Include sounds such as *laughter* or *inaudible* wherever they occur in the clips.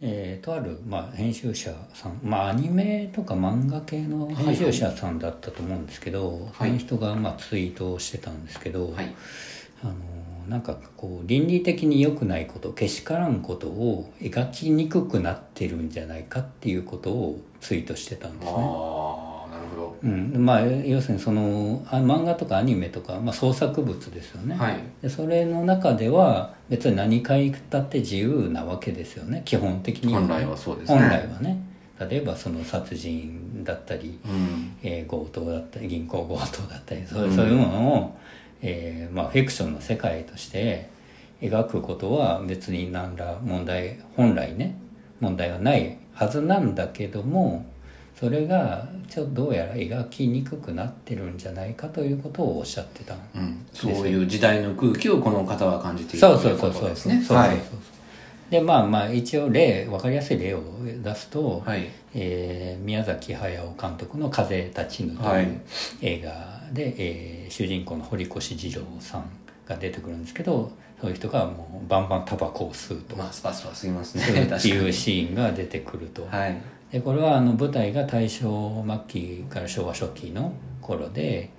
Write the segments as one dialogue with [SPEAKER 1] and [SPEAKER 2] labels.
[SPEAKER 1] えーとある、まあ、編集者さん、まあ、アニメとか漫画系の編集者さんだったと思うんですけど、その人が、まあ、ツイートをしてたんですけど、
[SPEAKER 2] はい
[SPEAKER 1] あのなんかこう倫理的に良くないことけしからんことを描きにくくなってるんじゃないかっていうことをツイートしてたんですね。
[SPEAKER 2] ああなるほど
[SPEAKER 1] うんまあ、要するにそのあ漫画とかアニメとか、まあ、創作物ですよね、
[SPEAKER 2] はい
[SPEAKER 1] でそれの中では別に何回だって自由なわけですよね基本的には
[SPEAKER 2] 本来はそうですね
[SPEAKER 1] 本来はね例えばその殺人だったり、
[SPEAKER 2] うん
[SPEAKER 1] えー強盗だったり銀行強盗だったりそう,、
[SPEAKER 2] うん
[SPEAKER 1] そういうものを、えーまあ、フィクションの世界として描くことは別に何ら問題本来ね問題はないはずなんだけどもそれがちょっとどうやら描きにくくなってるんじゃないかということをおっしゃってたん
[SPEAKER 2] うん、そういう時代の空気をこの方は感じている
[SPEAKER 1] そうそうそう
[SPEAKER 2] とい
[SPEAKER 1] そ
[SPEAKER 2] こと
[SPEAKER 1] う
[SPEAKER 2] です
[SPEAKER 1] そう
[SPEAKER 2] ね
[SPEAKER 1] そう
[SPEAKER 2] はい
[SPEAKER 1] でまあまあ一応例分かりやすい例を出すと、
[SPEAKER 2] はい
[SPEAKER 1] えー宮崎駿監督の「風立ちぬ」と
[SPEAKER 2] はいいう
[SPEAKER 1] 映画で、えー主人公の堀越二郎さんが出てくるんですけどそういう人がもうバンバンタバコを吸うと
[SPEAKER 2] まあスパスパすぎますね
[SPEAKER 1] 吸う
[SPEAKER 2] *laughs* 確か
[SPEAKER 1] っていうシーンが出てくると、
[SPEAKER 2] にはい
[SPEAKER 1] でこれはあの舞台が大正末期から昭和初期の頃で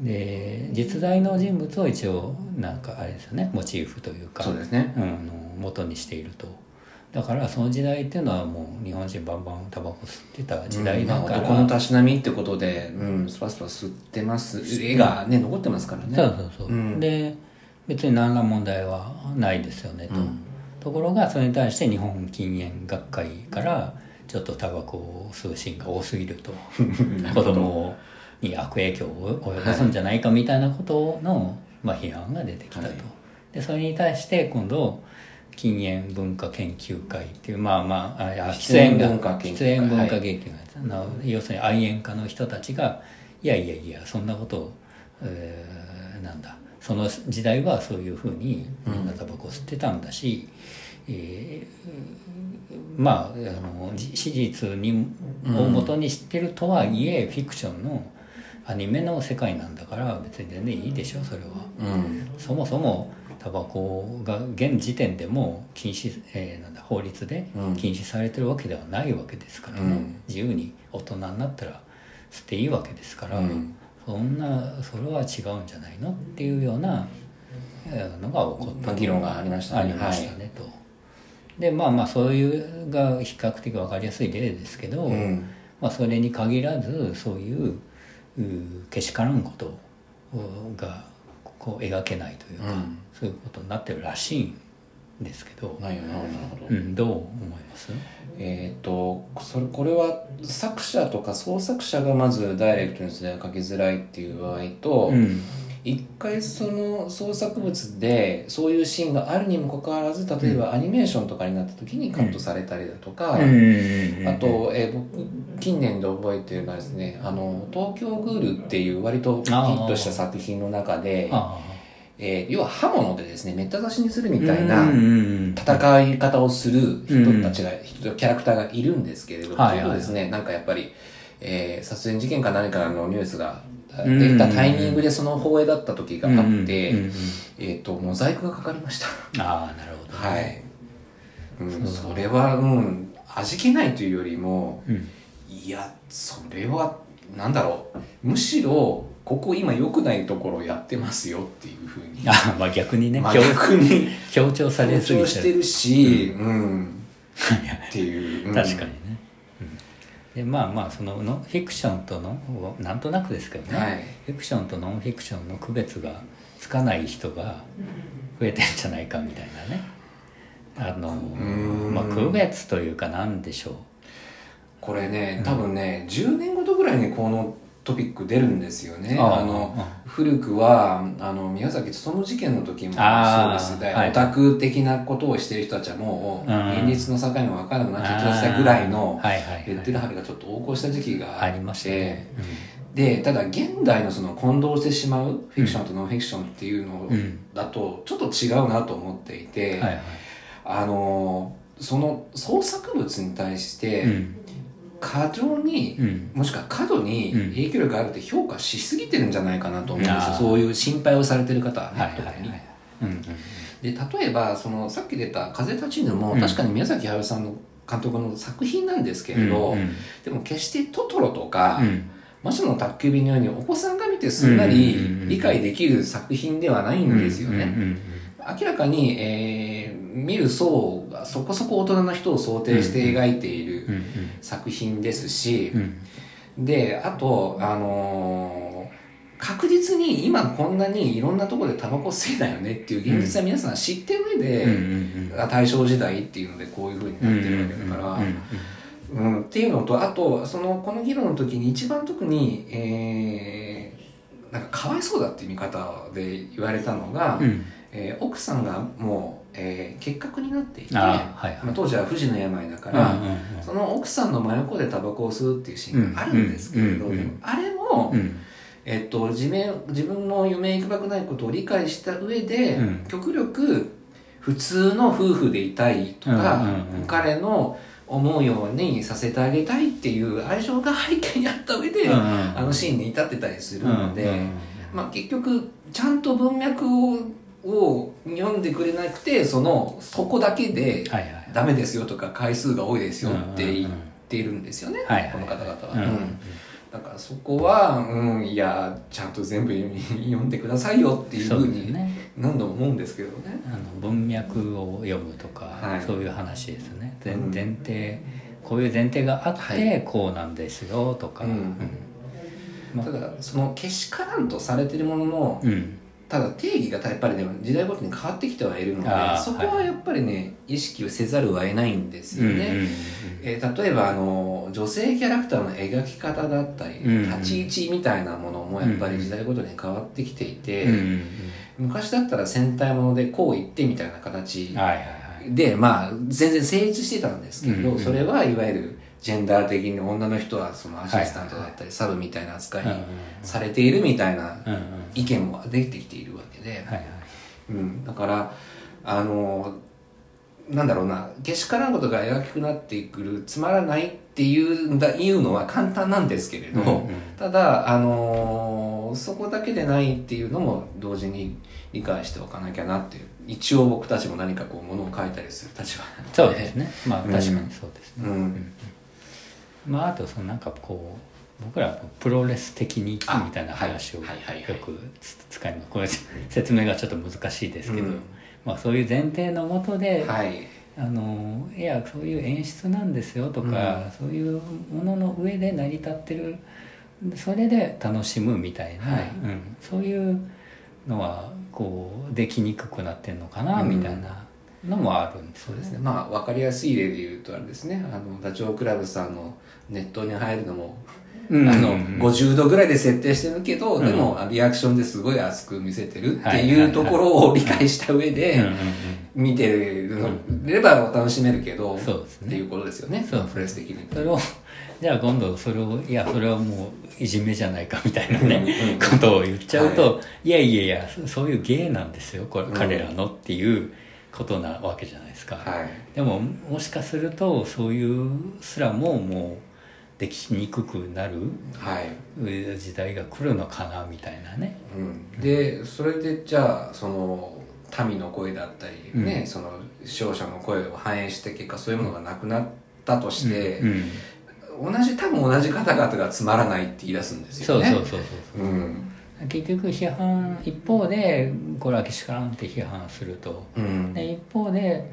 [SPEAKER 1] で実在の人物を一応なんかあれですよねモチーフというか
[SPEAKER 2] そうですね
[SPEAKER 1] うん、あの元にしているとだからその時代っていうのはもう日本人バンバンタバコ吸ってた時代だ
[SPEAKER 2] うん
[SPEAKER 1] か
[SPEAKER 2] ま
[SPEAKER 1] ら、
[SPEAKER 2] あ男のたしなみってことで、うん、スパスパ吸ってます絵がね残ってますからね
[SPEAKER 1] そうそうそう、
[SPEAKER 2] うん
[SPEAKER 1] で別に何ら問題はないですよねと、
[SPEAKER 2] うん
[SPEAKER 1] ところがそれに対して日本禁煙学会からちょっとタバコを吸うシーンが多すぎる
[SPEAKER 2] *laughs*
[SPEAKER 1] と子供に悪影響を及ぼすんじゃないかみたいなことの、まあ、批判が出てきたと、
[SPEAKER 2] はい
[SPEAKER 1] でそれに対して今度禁煙文化研究会っていうまあまああいや
[SPEAKER 2] 喫煙文化研究会
[SPEAKER 1] 喫煙文化研究会あの要するに愛煙家の人たちがいやいやいやそんなことを、えーなんだその時代はそういうふうにみんなタバコ吸ってたんだし、えーまああのじ史実にをもとに知ってるとはいえ、フィクションのアニメの世界なんだから別に全然いいでしょそれは。
[SPEAKER 2] うん
[SPEAKER 1] そもそもタバコが現時点でもう禁止、えーなんだ法律で
[SPEAKER 2] うん
[SPEAKER 1] 禁止されてるわけではないわけですからね、
[SPEAKER 2] うん
[SPEAKER 1] 自由に大人になったら吸っていいわけですから、
[SPEAKER 2] うん
[SPEAKER 1] そんなそれは違うんじゃないのっていうようなえーのが起こった
[SPEAKER 2] まあ議論がありました
[SPEAKER 1] ありましたねと。でまあまあそういうが比較的分かりやすい例ですけど、
[SPEAKER 2] はいうん
[SPEAKER 1] まあ、それに限らずそういううーけしからんことをがこう描けないというか、
[SPEAKER 2] うん
[SPEAKER 1] そういうことになってるらしいんですけど、
[SPEAKER 2] なるほどなるほど
[SPEAKER 1] うん、どう思います
[SPEAKER 2] えー、とそれこれは作者とか創作者がまずダイレクトにそれを書きづらいっていう場合と、
[SPEAKER 1] うん
[SPEAKER 2] 一回その創作物でそういうシーンがあるにもかかわらず例えばアニメーションとかになった時にカットされたりだとか、あと、えー僕近年で覚えてるのはですね「あの東京グール」っていう割とヒットした作品の中で、
[SPEAKER 1] あ
[SPEAKER 2] えー要は刃物でですねめった刺しにする
[SPEAKER 1] あ
[SPEAKER 2] みたいな。
[SPEAKER 1] うんうん
[SPEAKER 2] 戦い方をする人たちが、人キャラクターがいるんですけれども、
[SPEAKER 1] はいはい
[SPEAKER 2] ちょうどですね、なんかやっぱり、えー殺人事件か何かのニュースが
[SPEAKER 1] うん
[SPEAKER 2] 出たタイミングでその放映だった時があって、
[SPEAKER 1] うんうんうんうん
[SPEAKER 2] えっ、と、モザイクがかかりました。 *laughs*
[SPEAKER 1] ああなるほど、
[SPEAKER 2] はい。うん、それは、うん、味気ないというよりも、
[SPEAKER 1] うん
[SPEAKER 2] いや、それは、なんだろう、むしろ、ここ今良くないところをやってますよっていうふうに。
[SPEAKER 1] あーまあ逆にね、
[SPEAKER 2] まあ
[SPEAKER 1] 強
[SPEAKER 2] 逆に
[SPEAKER 1] 強調されすぎ
[SPEAKER 2] 強調してるし、うん、っていう、う
[SPEAKER 1] *laughs*
[SPEAKER 2] ん
[SPEAKER 1] 確かにね、うんでまあまあそのノンフィクションとのなんとなくですけどね、
[SPEAKER 2] はい
[SPEAKER 1] フィクションとノンフィクションの区別がつかない人が増えてんじゃないかみたいなねあの
[SPEAKER 2] ん
[SPEAKER 1] まあ区別というかなんでしょう
[SPEAKER 2] これね多分ね、10年ごとぐらいにこのトピック出るんですよね
[SPEAKER 1] ああ
[SPEAKER 2] あの、古くはあの宮崎勤事件の時もそう
[SPEAKER 1] ああ
[SPEAKER 2] ですね、
[SPEAKER 1] はい
[SPEAKER 2] オタク的なことをしてる人たちはもう、
[SPEAKER 1] うん
[SPEAKER 2] 現実の境も分からなくなってきましたぐらいの
[SPEAKER 1] あーはいはいはい
[SPEAKER 2] レッテル貼りがちょっと横行した時期が
[SPEAKER 1] ありましたね、
[SPEAKER 2] でただ現代のその混同してしまうフィクションとノンフィクションっていうの
[SPEAKER 1] うん
[SPEAKER 2] だとちょっと違うなと思っていて、
[SPEAKER 1] うんはいはい
[SPEAKER 2] あのその創作物に対して、
[SPEAKER 1] うん
[SPEAKER 2] 過剰に、
[SPEAKER 1] うん
[SPEAKER 2] もしくは過度に
[SPEAKER 1] うん
[SPEAKER 2] 影響力があるって評価しすぎてるんじゃないかなと思うんですよ、
[SPEAKER 1] あー
[SPEAKER 2] そういう心配をされてる方はね、
[SPEAKER 1] はいはいは
[SPEAKER 2] 特に
[SPEAKER 1] いうんうん
[SPEAKER 2] で例えばそのさっき出た「風立ちぬ」も、
[SPEAKER 1] うん
[SPEAKER 2] 確かに宮崎駿さんの監督の作品なんですけれど、
[SPEAKER 1] うんうん
[SPEAKER 2] でも決してトトロとか、
[SPEAKER 1] うん
[SPEAKER 2] 魔女の宅急便のようにお子さんが見てすんなり
[SPEAKER 1] うんうんうんうん
[SPEAKER 2] 理解できる作品ではないんですよね。
[SPEAKER 1] うんうん
[SPEAKER 2] 明らかに、えー見る層がそこそこ大人の人を想定して描いてい
[SPEAKER 1] うんう
[SPEAKER 2] る
[SPEAKER 1] ん
[SPEAKER 2] 作品ですし
[SPEAKER 1] う、ん
[SPEAKER 2] で、あと、あのー確実に今こんなにいろんなところでタバコ吸えないよねっていう現実は皆さん知ってる上で、
[SPEAKER 1] うんうんうん
[SPEAKER 2] 大正時代っていうのでこういう風になってるわけだから、
[SPEAKER 1] うんうんうん
[SPEAKER 2] うん、っていうのとあとそのこの議論の時に一番特に、えーなんかかわいそうだっていう見方で言われたのが、
[SPEAKER 1] うん
[SPEAKER 2] えー奥さんがもう、えー結核になっていて
[SPEAKER 1] ああはいはい
[SPEAKER 2] まあ、当時は不治の病だから、
[SPEAKER 1] うんうん
[SPEAKER 2] その奥さんの真横でタバコを吸うっていうシーンがあるんですけれど、
[SPEAKER 1] うんうんうんうん
[SPEAKER 2] あれも、
[SPEAKER 1] うんうん
[SPEAKER 2] えっと、自分自分の夢いくばくないことを理解した上で、
[SPEAKER 1] うん
[SPEAKER 2] 極力普通の夫婦でいたいとか、
[SPEAKER 1] うんうんうん
[SPEAKER 2] 彼の思うようにさせてあげたいっていう愛情が背景にあった上で、
[SPEAKER 1] うん
[SPEAKER 2] あのシーンに至ってたりする
[SPEAKER 1] うんうん
[SPEAKER 2] ので、まあ、結局ちゃんと文脈をを読んでくれなくてそのそこだけで
[SPEAKER 1] はいはい
[SPEAKER 2] ダメですよとか回数が多いですよって言っているんですよね、
[SPEAKER 1] はいはい
[SPEAKER 2] この方々は。
[SPEAKER 1] うん
[SPEAKER 2] うんだからそこは、うん、いやちゃんと全部読み読んでくださいよっていう
[SPEAKER 1] そ
[SPEAKER 2] ふう
[SPEAKER 1] うです
[SPEAKER 2] に
[SPEAKER 1] ね
[SPEAKER 2] 何度も思うんですけどね。
[SPEAKER 1] あの文脈を読むとか、
[SPEAKER 2] はい
[SPEAKER 1] そういう話ですね前
[SPEAKER 2] うん
[SPEAKER 1] 前提こういう前提があって、
[SPEAKER 2] はい
[SPEAKER 1] こうなんですよとか
[SPEAKER 2] うん
[SPEAKER 1] ま
[SPEAKER 2] ただそのけしからんとされてるものの
[SPEAKER 1] うんうん
[SPEAKER 2] ただ定義がやっぱりね時代ごとに変わってきてはいるので
[SPEAKER 1] あー
[SPEAKER 2] そこはやっぱりね意識をせざるを得ないんですよね。
[SPEAKER 1] うんうんうん
[SPEAKER 2] えー例えばあの女性キャラクターの描き方だったり、
[SPEAKER 1] うん
[SPEAKER 2] 立ち位置みたいなものもやっぱり時代ごとに変わってきていて、
[SPEAKER 1] うんうん
[SPEAKER 2] 昔だったら戦隊ものでこう言ってみたいな形
[SPEAKER 1] うんはいはいはい
[SPEAKER 2] で、まあ全然成立してたんですけど、
[SPEAKER 1] うん
[SPEAKER 2] それはいわゆるジェンダー的に女の人はそのアシスタントだったりサブみたいな扱いにされているみたいな
[SPEAKER 1] うんうんうん
[SPEAKER 2] 意見もできてきているわけで、
[SPEAKER 1] はいはい
[SPEAKER 2] うん、だからあのなんだろうなけしからんことが描きくなってくるつまらないっていうんだいうのは簡単なんですけれど、
[SPEAKER 1] うんうん
[SPEAKER 2] ただあのそこだけでないっていうのも同時に理解しておかなきゃなっていう一応僕たちも何かこうものを書いたりする立場なんで
[SPEAKER 1] そうですねまあ確かにそうですね、
[SPEAKER 2] うん
[SPEAKER 1] まああとそのなんかこう僕らはプロレス的にみ
[SPEAKER 2] あ
[SPEAKER 1] たいな話をよ
[SPEAKER 2] はいはいはいはい
[SPEAKER 1] くつ使いますこれ説明がちょっと難しいですけど、
[SPEAKER 2] うん
[SPEAKER 1] まあ、そういう前提のもとで、
[SPEAKER 2] はい
[SPEAKER 1] あのいやそういう演出なんですよとか、
[SPEAKER 2] う
[SPEAKER 1] そういうものの上で成り立ってるそれで楽しむみたいな、
[SPEAKER 2] はい
[SPEAKER 1] うん、そういうのはこうできにくくなってるのかなみたいなのもあるんです
[SPEAKER 2] そ
[SPEAKER 1] よ
[SPEAKER 2] うです
[SPEAKER 1] ね。
[SPEAKER 2] ねまあ分かりやすい例で言うとあれですねあのダチョウ倶楽部さんのネットに入るのも
[SPEAKER 1] うん
[SPEAKER 2] あの、
[SPEAKER 1] うん
[SPEAKER 2] 50度ぐらいで設定してるけど、
[SPEAKER 1] うん
[SPEAKER 2] でも、リアクションですごい熱く見せてるっ
[SPEAKER 1] は
[SPEAKER 2] て
[SPEAKER 1] いはい
[SPEAKER 2] い
[SPEAKER 1] はいう
[SPEAKER 2] ところを理解した上
[SPEAKER 1] うんうんう
[SPEAKER 2] で
[SPEAKER 1] ん、
[SPEAKER 2] 見てるの、れば楽しめるけど、
[SPEAKER 1] そうですね
[SPEAKER 2] っていうことですよね。
[SPEAKER 1] そう
[SPEAKER 2] プレス的に。
[SPEAKER 1] それをじゃあ今度それをいやそれはもういじめじゃないかみたいな
[SPEAKER 2] うんうん
[SPEAKER 1] ねことを言っちゃうと、い、やいやいやそそういう芸なんですよこれ、
[SPEAKER 2] うん
[SPEAKER 1] 彼らのっていうことなわけじゃないですか、
[SPEAKER 2] はい。
[SPEAKER 1] でももしかするとそういうすらももうできにくくなる
[SPEAKER 2] はい。
[SPEAKER 1] え時代が来るのかなみたいなね
[SPEAKER 2] うん、で、それで、じゃあ、その、民の声だったり、ね、
[SPEAKER 1] うん
[SPEAKER 2] その、視聴者の声を反映して、結果そういうものがなくなったとして、
[SPEAKER 1] うん
[SPEAKER 2] 同じ、多分同じ方々がつまらないって言い出すんです
[SPEAKER 1] そ
[SPEAKER 2] よ
[SPEAKER 1] う
[SPEAKER 2] ね。
[SPEAKER 1] そうそうそう
[SPEAKER 2] う。うん。
[SPEAKER 1] 結局批判一方でこれはけしからんって批判すると
[SPEAKER 2] うん。
[SPEAKER 1] で一方で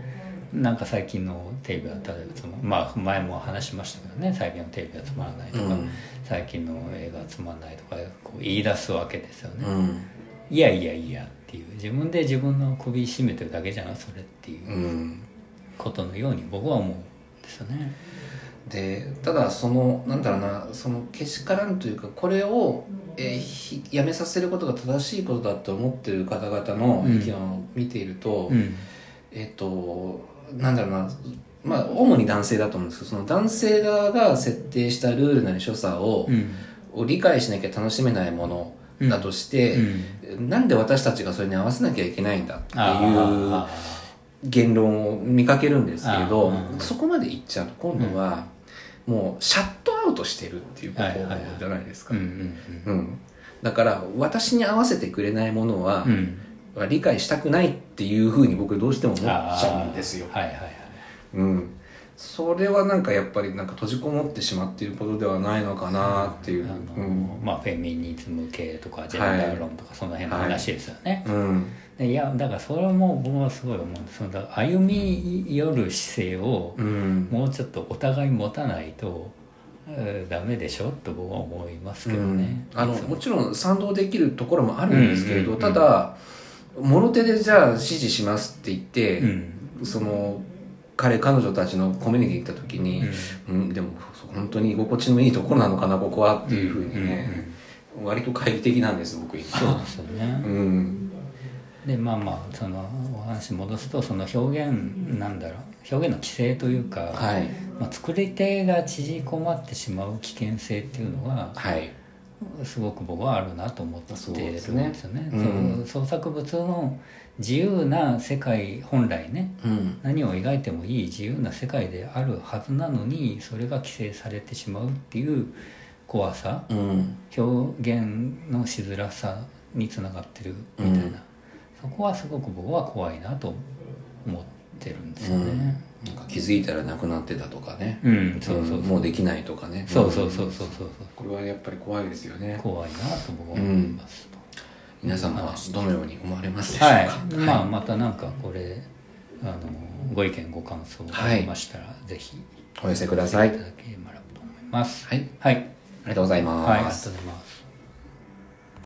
[SPEAKER 1] なんか最近のテレビは例えばつま、まあ、前も話しましたけどね最近のテレビはつまらないと
[SPEAKER 2] う
[SPEAKER 1] か、
[SPEAKER 2] ん。
[SPEAKER 1] 最近の映画はつまらないとかこう言い出すわけですよね、
[SPEAKER 2] うん。
[SPEAKER 1] いやいやいやっていう自分で自分の首絞めてるだけじゃんそれっていう
[SPEAKER 2] うん
[SPEAKER 1] ことのように僕は思うんですよね
[SPEAKER 2] でただそのなんだろうなそのけしからんというかこれを、えーひやめさせることが正しいことだと思ってる方々の
[SPEAKER 1] うん
[SPEAKER 2] 意見を見ていると、
[SPEAKER 1] うん
[SPEAKER 2] えっ、となんだろうなまあ主に男性だと思うんですけどその男性側が設定したルールなり所作を,、
[SPEAKER 1] うん
[SPEAKER 2] を理解しなきゃ楽しめないものだとして、なんで私たちがそれに合わせなきゃいけないんだっていう
[SPEAKER 1] あ
[SPEAKER 2] 言論を見かけるんですけれど、
[SPEAKER 1] あーうん
[SPEAKER 2] そこまでいっちゃうと今度は、もうシャットアウトしてるっていうこと
[SPEAKER 1] はいはいはい
[SPEAKER 2] じゃないで
[SPEAKER 1] ー
[SPEAKER 2] す
[SPEAKER 1] う
[SPEAKER 2] か、
[SPEAKER 1] んうん
[SPEAKER 2] うんだから私に合わせてくれないものは
[SPEAKER 1] うんう、ん
[SPEAKER 2] 理解したくないっていうふうに僕どうしても思っちゃうんですよ、
[SPEAKER 1] あーはいはいはい
[SPEAKER 2] うん、それはなんかやっぱりなんか閉じこもってしまっていることではないのかなっていう、
[SPEAKER 1] あの
[SPEAKER 2] うん
[SPEAKER 1] まあ、フェミニズム系とかジェンダー論とかその辺の話ですよね、
[SPEAKER 2] うん
[SPEAKER 1] でいやだからそれも僕はすごい思うんですそのだから歩み寄る姿勢を
[SPEAKER 2] うん
[SPEAKER 1] もうちょっとお互い持たないと、えーダメでしょと僕は思いますけどね、
[SPEAKER 2] うんあの
[SPEAKER 1] いつも
[SPEAKER 2] もちろん賛同できるところもあるんですけれ
[SPEAKER 1] うん
[SPEAKER 2] ど、
[SPEAKER 1] うんう
[SPEAKER 2] た
[SPEAKER 1] ん
[SPEAKER 2] だもろ手でじゃあ支持しますって言って、
[SPEAKER 1] うん
[SPEAKER 2] その彼彼女たちのコミュニティに行った時
[SPEAKER 1] う
[SPEAKER 2] に、
[SPEAKER 1] ん
[SPEAKER 2] うん、でもそう本当に居心地のいいところなのかなここはっていうふうに
[SPEAKER 1] うんうん
[SPEAKER 2] ね、割と懐疑的なんです僕今
[SPEAKER 1] そう *laughs* ですよね、
[SPEAKER 2] うん
[SPEAKER 1] でまあまあそのお話戻すとその表現なんだろう表現の規制というか、
[SPEAKER 2] はい
[SPEAKER 1] まあ、作り手が縮こまってしまう危険性っていうのは
[SPEAKER 2] はい
[SPEAKER 1] すごく僕はあるなと思って
[SPEAKER 2] そう
[SPEAKER 1] るん
[SPEAKER 2] で
[SPEAKER 1] ですす
[SPEAKER 2] ね
[SPEAKER 1] ね
[SPEAKER 2] うん
[SPEAKER 1] その創作物の自由な世界本来ね
[SPEAKER 2] うん
[SPEAKER 1] 何を描いてもいい自由な世界であるはずなのにそれが規制されてしまうっていう怖さ、
[SPEAKER 2] うん
[SPEAKER 1] 表現のしづらさにつながってるみたいな、
[SPEAKER 2] うん
[SPEAKER 1] そこはすごく僕は怖いなと思ってるんですよね。
[SPEAKER 2] なんか気づいたらなくなってたとかね、
[SPEAKER 1] うん、そうそううんそう
[SPEAKER 2] もうできないとかね
[SPEAKER 1] そうそうそう
[SPEAKER 2] う
[SPEAKER 1] そうそう
[SPEAKER 2] これはやっぱり怖いですよね
[SPEAKER 1] 怖いなと僕は思いますと、
[SPEAKER 2] 皆さんはどのように思われますでしょうか
[SPEAKER 1] はい、まあまたなんかこれあのご意見ご感想ありましたら、ぜひい
[SPEAKER 2] お寄せくだ
[SPEAKER 1] た
[SPEAKER 2] さい
[SPEAKER 1] だ
[SPEAKER 2] はい
[SPEAKER 1] ければと思います。
[SPEAKER 2] あり
[SPEAKER 1] はい、
[SPEAKER 2] がとうござい
[SPEAKER 1] はい、あり
[SPEAKER 2] ま
[SPEAKER 1] が
[SPEAKER 2] す
[SPEAKER 1] とうございます。